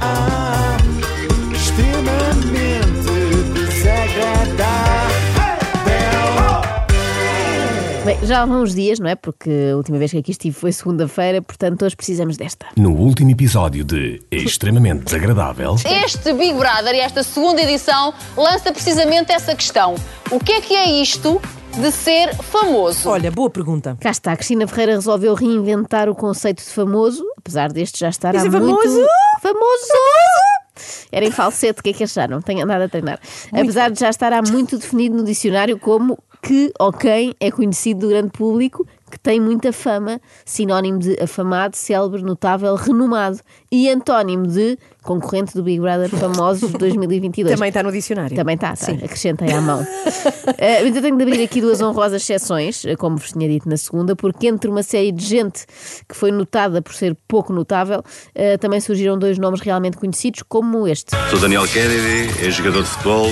Ah, extremamente desagradável. Bem, já vão uns dias, não é? Porque a última vez que aqui estive foi segunda-feira, portanto hoje precisamos desta. No último episódio de Extremamente Desagradável, Este Big Brother e esta segunda edição lança precisamente essa questão. O que é que é isto de ser famoso? Olha, boa pergunta. Cá está, Cristina Ferreira resolveu reinventar o conceito de famoso, apesar deste já estar Mas há é muito... famoso? Famoso! Era em falsete, o que é que acharam? Tenho andado a treinar. Apesar de já estar há muito definido no dicionário como que ou quem é conhecido do grande público, que tem muita fama, sinónimo de afamado, célebre, notável, renomado, e antónimo de concorrente do Big Brother famosos de 2022. Também está no dicionário. Também está, tá. acrescentei à mão. Eh, mas eu tenho de abrir aqui duas honrosas exceções, eh, como vos tinha dito na segunda, porque entre uma série de gente que foi notada por ser pouco notável, eh, também surgiram dois nomes realmente conhecidos, como este. Sou Daniel Kennedy, é jogador de futebol,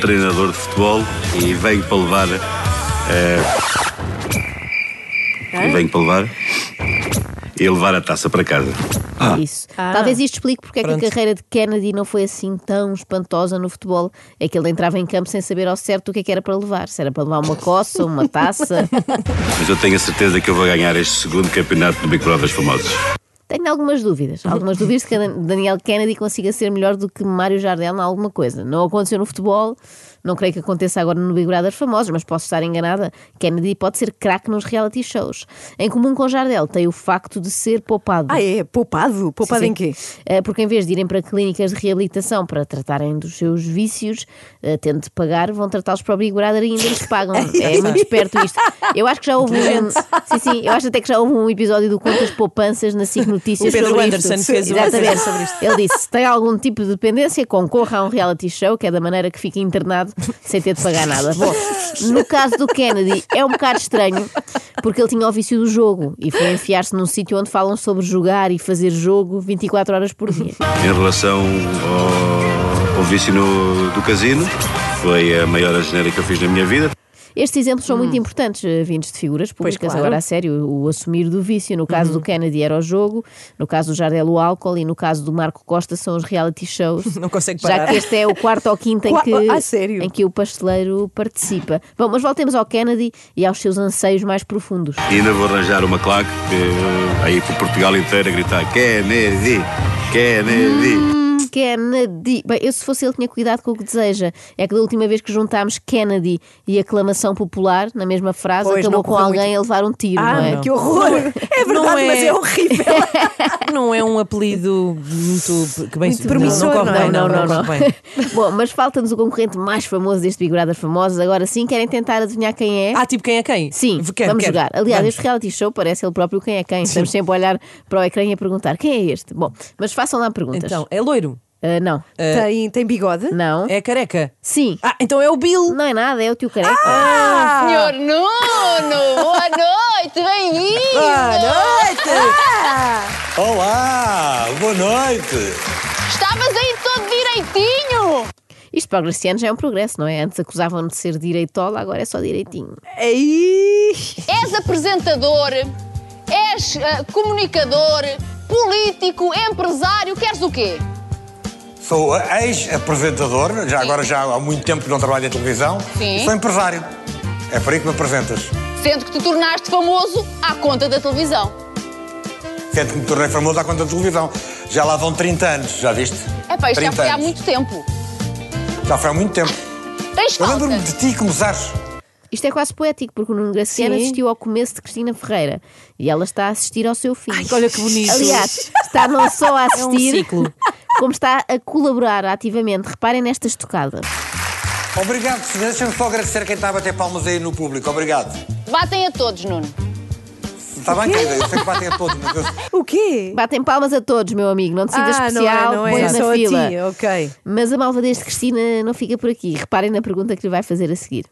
treinador de futebol e venho para levar. eh, e venho para levar. E levar a taça para casa. É Isso. Ah. Talvez isto explique porque é que a Pronto. carreira de Kennedy não foi assim tão espantosa no futebol. É que ele entrava em campo sem saber ao certo o que é que era para levar. Se era para levar uma coça, uma taça. Mas eu tenho a certeza que eu vou ganhar este segundo campeonato do Big Brother dos Famosos. Tenho algumas dúvidas. Algumas dúvidas de que Daniel Kennedy consiga ser melhor do que Mário Jardel em alguma coisa. Não aconteceu no futebol, não creio que aconteça agora no Big Brother famosos, mas posso estar enganada. Kennedy pode ser craque nos reality shows. Em comum com Jardel tem o facto de ser poupado. Ah, é? Poupado? Poupado Sim, em quê? sim. Eh, Porque em vez de irem para clínicas de reabilitação para tratarem dos seus vícios, eh, tendo de pagar, vão tratá-los para o Big Brother e ainda lhes pagam. é muito esperto isto. Eu acho que já houve um. Sim, sim, eu acho até que já houve um episódio do Contas Poupanças na SIC Notícias. O Pedro sobre Anderson isto. fez um Exatamente. episódio sobre Ele disse: se tem algum tipo de dependência, concorra a um reality show, que é da maneira que fica internado sem ter de pagar nada. Bom, no caso do Kennedy, é um bocado estranho, porque ele tinha o vício do jogo e foi enfiar-se num sítio onde falam sobre jogar e fazer jogo 24 horas por dia. Em relação ao, ao vício no- do casino, foi a maior asneira que eu fiz na minha vida. Estes exemplos são muito importantes, eh, vindos de figuras públicas, Hum. claro. Uhum. agora a sério, o assumir do vício. No caso do Kennedy era o jogo, no caso do Jardel o álcool e no caso do Marco Costa são os reality shows. Não consegue Já parar. que este é o quarto ou quinto em Qua- que, Ah, sério? em que o pasteleiro participa. Bom, mas voltemos ao Kennedy e aos seus anseios mais profundos. E ainda vou arranjar uma claque eh, aí para Portugal inteiro a gritar Kennedy, Kennedy. Hum. Kennedy. Bem, eu se fosse ele tinha cuidado com o que deseja. É que da última vez que juntámos Kennedy e aclamação popular na mesma frase, Pois, não acabou com correu alguém a levar um tiro, Ah, não é? que horror! É verdade, Não é- mas é horrível. Não é um apelido muito, que bem, Muito promissor, não, não, corre não é? bem, não, Não, não, não corre bem. Bom, mas falta-nos o concorrente mais famoso deste Big Brother famoso. Agora sim, querem tentar adivinhar quem é? Ah, tipo quem é quem? Sim, Quer, vamos quer. jogar. Aliás, Vamos. este reality show parece ele próprio quem é quem. Estamos sempre a olhar para o ecrã e a perguntar quem é este. Bom, mas façam lá perguntas. então, é loiro? Ah, não, Tem, tem bigode? não. É careca? Sim. Ah, então é o Bill. Não é nada, é o tio careca. Ah! Senhor Nuno, boa noite, bem-vindo! Ah, Olá, boa noite. Estavas aí todo direitinho! Isto para o Graciano já é um progresso, não é? Antes acusavam-no de ser direitola, agora é só direitinho. é Aí. És apresentador, és ah, comunicador, político, empresário, queres o quê? Sou ex-apresentador, já agora já há muito tempo que não trabalho em televisão. Sim. E Sou empresário. É por aí que me apresentas. Sendo que te tornaste famoso à conta da televisão. Sendo que me tornei famoso à conta da televisão. Já lá vão 30 anos, já viste? É pá, isto já 30 foi há anos. muito tempo. Já foi há muito tempo. Tens Eu falta? lembro-me de ti começares. Isto é quase poético, porque o Nuno Graciano Sim. assistiu ao começo de Cristina Ferreira e ela está a assistir ao seu fim. olha que bonito. Aliás, está não só a É um assistir, ciclo. como está a colaborar ativamente. Reparem nesta estocada. Obrigado. Deixa-me só agradecer quem está a bater palmas aí no público. Obrigado. Batem a todos, Nuno. Está- Está bem, querida, eu sei que batem a todos, mas eu... O quê? Batem palmas a todos, meu amigo, não te sintas ah, especial, não é, não é põe-te só na fila. a ti, ok. Mas a malvadez de Cristina não fica por aqui. Reparem na pergunta que lhe vai fazer a seguir.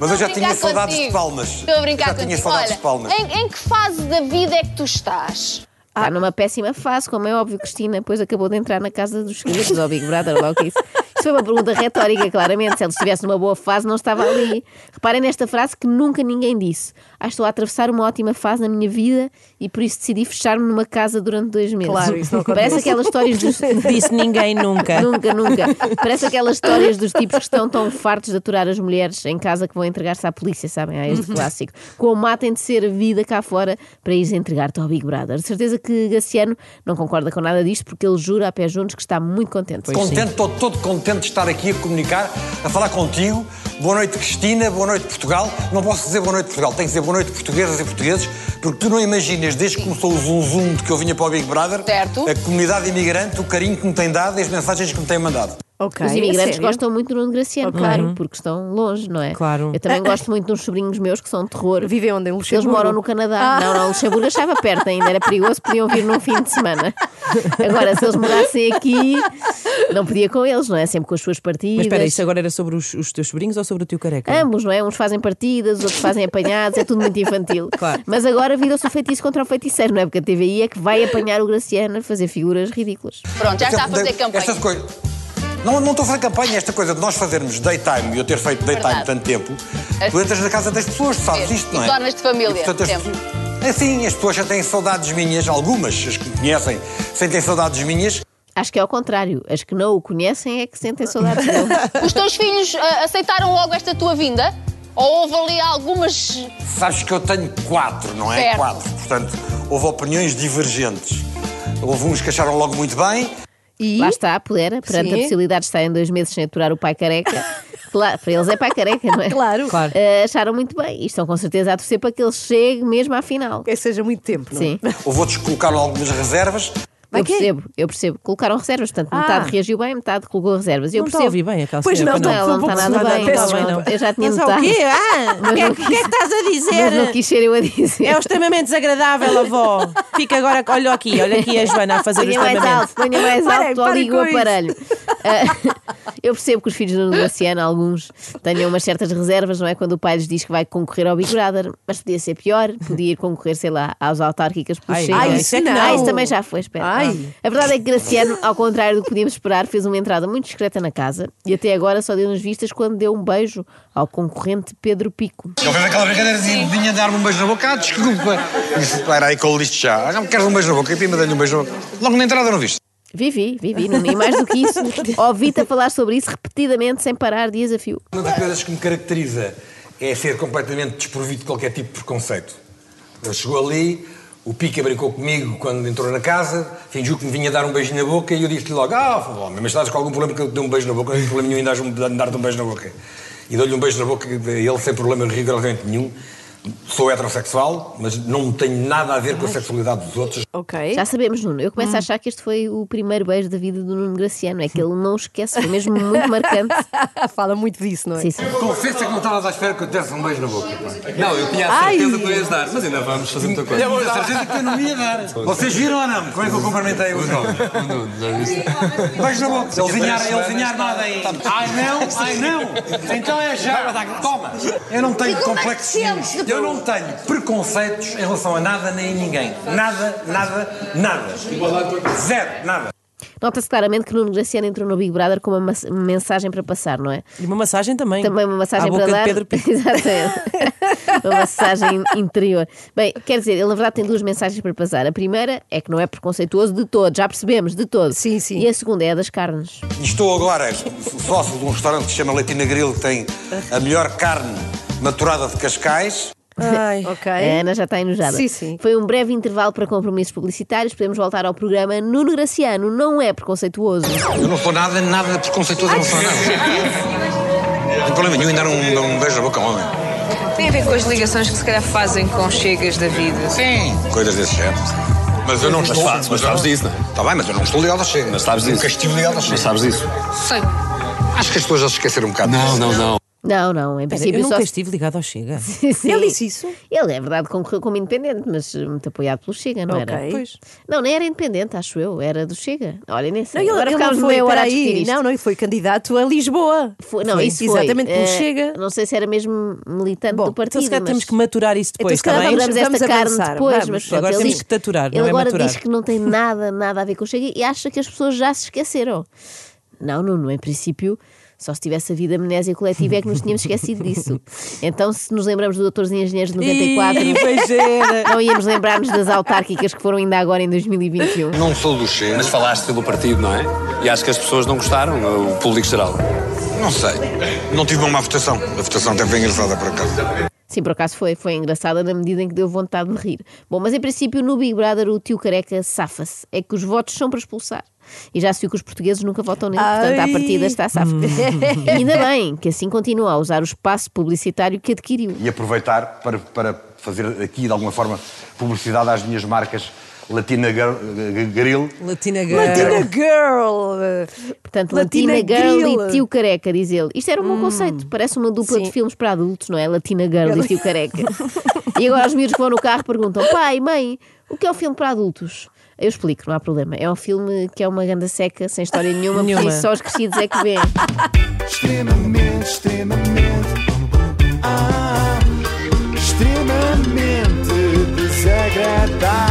Mas eu Estou a já tinha brincar saudades contigo. de palmas. Estou a brincar Eu já tinha contigo. saudades Olha, de palmas. Em, em que fase da vida é que tu estás? Ah. Está Tá numa péssima fase, como é óbvio, Cristina, pois acabou de entrar na casa dos segredos ao Big Brother, ou lá o que é isso. Isto foi uma pergunta retórica, claramente. Se ele estivesse numa boa fase, não estava ali. Reparem nesta frase que nunca ninguém disse. Ah, estou a atravessar uma ótima fase na minha vida e por isso decidi fechar-me numa casa durante dois meses. Claro, isso não Parece acontece. aquelas histórias dos, Disse ninguém nunca. Nunca, nunca. Parece aquelas histórias dos tipos que estão tão fartos de aturar as mulheres em casa que vão entregar-se à polícia, sabem? Há este clássico. Com matem de ser a vida cá fora para ires entregar-te ao Big Brother. De certeza que Gaciano não concorda com nada disto porque ele jura a pé juntos que está muito contente. Contente, estou todo contente de estar aqui a comunicar, a falar contigo. Boa noite, Cristina, boa noite, Portugal. Não posso dizer boa noite, Portugal, tenho que dizer boa noite, portuguesas e portugueses, porque tu não imaginas, desde que começou o zoom zoom de que eu vinha para o Big Brother, Certo. a comunidade imigrante, o carinho que me tem dado e as mensagens que me têm mandado. Ok. Os imigrantes sério? gostam muito do Nuno Graciano, claro, porque estão longe, não é? Claro. Eu também gosto muito de uns sobrinhos meus que são de terror. Vivem onde? Em Eles Luxemburgo? moram no Canadá. Não, não, Luxemburgo achava perto ainda, era perigoso, podiam vir num fim de semana. Agora, se eles morassem aqui, não podia com eles, não é? Sempre com as suas partidas. Mas espera, isto agora era sobre os, os teus sobrinhos ou sobre o teu careca? Ambos, não é? Uns fazem partidas, os outros fazem apanhados, é tudo muito infantil. Claro. Mas agora virou-se o feitiço contra o feiticeiro, não é? Porque a TVI é que vai apanhar o Graciano a fazer figuras ridículas. Pronto, já está a fazer Estas campanha. coisas- Não, não estou a fazer campanha, esta coisa de nós fazermos daytime e eu ter feito daytime Verdade. tanto tempo, tu entras na casa das pessoas, tu sabes Mesmo. isto, não E é? tornas-te família, portanto, as sempre. pessoas- É sim, as pessoas já têm saudades minhas, algumas, as que me conhecem, sentem saudades minhas. Acho que é ao contrário. As que não o conhecem é que sentem saudades dele. Os teus filhos ah, aceitaram logo esta tua vinda? Ou houve ali algumas. Sabes que eu tenho quatro, não é? Certo. Quatro. Portanto, houve opiniões divergentes. Houve uns que acharam logo muito bem, E... Lá está, pudera, perante a Sim. possibilidade de estarem dois meses sem aturar o pai careca. Claro, para eles é pai careca, não é? Claro. Claro. Eh, acharam muito bem e estão com certeza a torcer para que ele chegue mesmo à final. Que seja muito tempo, não é? Sim, houve outros que colocaram algumas reservas. eu Vai quê? percebo, eu percebo. Colocaram reservas, portanto, Ah. metade reagiu bem, metade colocou reservas. Eu não estou a percebo. ouvir bem aquela Pois senhora, não, pois Não, ela não está Não, nada não, bem. peço não, não, desculpa. Eu já tinha Mas o notado. quê? Ah, o que, é- não o que é que estás a Mas não dizer? quis ser eu a dizer. É um extremamente desagradável, avó. Fica agora, olha aqui, olha aqui a Joana a fazer o Ponha mais extremamente. alto, ponha mais Parem, alto ou parem liga o com isso. aparelho. Ah, eu percebo que os filhos do Nuno Graciano, alguns, tenham umas certas reservas, não é? Quando o pai lhes diz que vai concorrer ao Big Brother, mas podia ser pior, podia ir concorrer, sei lá, aos autárquicas por Ai, Chega. ai, isso é que Ah, não. isso também já foi, espera. Ai. Ah. A verdade é que Graciano, ao contrário do que podíamos esperar, fez uma entrada muito discreta na casa e até agora só deu nas vistas quando deu um beijo ao concorrente Pedro Pico. Ele fez aquela brincadeira e vinha dar-me um beijo na boca. Ah, desculpa. Disse, era aí que eu lhe disse já. Ah, Não me queres um beijo na boca. E prima dei-lhe um beijo na boca. Logo na entrada não viste. Vivi, vivi, Nuno. e mais do que isso, ouvi-te a falar sobre isso repetidamente, sem parar, dias a fio. Uma das coisas que me caracteriza é ser completamente desprovido de qualquer tipo de preconceito. Ele chegou ali, o Pica brincou comigo quando entrou na casa, fingiu que me vinha dar um beijinho na boca e eu disse-lhe logo: Ah, homem, mas estás com algum problema que eu te dê um beijo na boca? Não tem problema nenhum em dar- em dar-te um beijo na boca. E dou-lhe um beijo na boca, ele sem problema rigorosamente nenhum. Sou heterossexual, mas não tenho nada a ver com a sexualidade dos outros. Ok. Já sabemos, Nuno. Eu Ah. começo a achar que este foi o primeiro beijo da vida do Nuno Graciano. É que ele não esquece, foi mesmo muito marcante. Ah, Fala muito disso, não é? Sim, sim. Confesso que não estavas à espera que eu te desse um beijo na boca. Não, eu tinha a Ai. certeza que não ias dar, mas ainda vamos fazer muita coisa. a certeza que eu não ia dar. Vocês viram ou não? Como é que eu cumprimentei o João? Não, já viste? Beijo na boca. Ele vinha, ele vinha armado aí. Ai não, ai não. Então é já. Toma. Eu não tenho complexos. nenhum. Eu não tenho preconceitos em relação a nada nem a ninguém. Nada, nada, nada. Zero, nada. Nota-se claramente que Nuno Graciano entrou no Big Brother com uma mas- mensagem para passar, não é? E uma massagem também. Também uma massagem à boca para dar. de Pedro Pinto. Exatamente. uma massagem interior. Bem, quer dizer, ele na verdade tem duas mensagens para passar. A primeira é que não é preconceituoso de todo, já percebemos, de todo. Sim, sim. E a segunda é a das carnes. Estou agora sócio de um restaurante que se chama Letina Grill, que tem a melhor carne maturada de Cascais. Ai. Ok. A Ana já está enojada. Sim, sim. Foi um breve intervalo para compromissos publicitários. Podemos voltar ao programa. Nuno Graciano não é preconceituoso. Eu não sou nada, nada preconceituoso em relação a nada. Não tem problema nenhum em dar um, dar um beijo na boca a um homem. Tem a ver com as ligações que se calhar fazem com chegas da vida. Sim. Coisas desse género. Mas eu não estou. sabes- mas sabes disso, não é? Está bem, mas eu não estou ligado a chega. Mas sabes disso. Nunca estive um ligado a chega. Mas sabes disso? Sei. Acho que as pessoas já se esqueceram um bocado. Não, não, não. Não, não, em Pera, princípio eu só nunca se- estive ligado ao Chega. Sim. Ele disse isso? Ele, é verdade, concorreu como independente, mas eh, muito apoiado pelo Chega, não era? Ok. Pois. Não, nem era independente, acho eu, era do Chega. Olha, nem Não, sei. ele, Agora ele não ficámos foi meia hora a peraí, discutir isto. Não, não, ele foi candidato a Lisboa. Foi- não, isso foi. Exatamente, como Eh, chega. Não sei se era mesmo militante Bom, do Então, partido. se calhar mas... temos que maturar isso depois, se calhar está Tá bem? Elaboramos Vamos- esta vamos carne avançar, depois, vamos. mas pronto, Agora ele temos diz- que taturar, não Ele é agora maturar. diz que não tem nada, nada a ver com o Chega e acha que as pessoas já se esqueceram. Não, não, não, em princípio, só se tivesse havido amnésia coletiva é que nos tínhamos esquecido disso. Então, se nos lembramos do Doutores e Engenheiros de 94, Ih, pois era. não íamos lembrar-nos das autárquicas que foram ainda agora em 2021. Não sou do Chega. Mas falaste pelo partido, não é? E acho que as pessoas não gostaram, o público geral. Não sei. Não tive uma má votação. A votação até foi engraçada por acaso. Sim, por acaso foi, foi engraçada na medida em que deu vontade de rir. Bom, mas em princípio no Big Brother o tio careca safa-se. É que os votos são para expulsar. E já se viu que os portugueses nunca votam nele, Ai. portanto à partida está safo. e ainda bem que assim continua a usar o espaço publicitário que adquiriu. e aproveitar para, para fazer aqui, de alguma forma, publicidade às minhas marcas Latina Girl, Grill. Latina Girl. Latina Girl. Portanto, Latina Latina, Girl Grill. e Tio Careca, diz ele. Isto era um bom conceito, parece uma dupla de filmes para adultos, não é? Latina Girl e Tio Careca. e agora os miúdos que vão no carro perguntam: pai, mãe, o que é um filme para adultos? Eu explico, não há problema. É um filme que é uma ganda seca, sem história nenhuma, Nenhuma. porque só os crescidos é que vêem. Extremamente, extremamente. Ah, extremamente desagradável.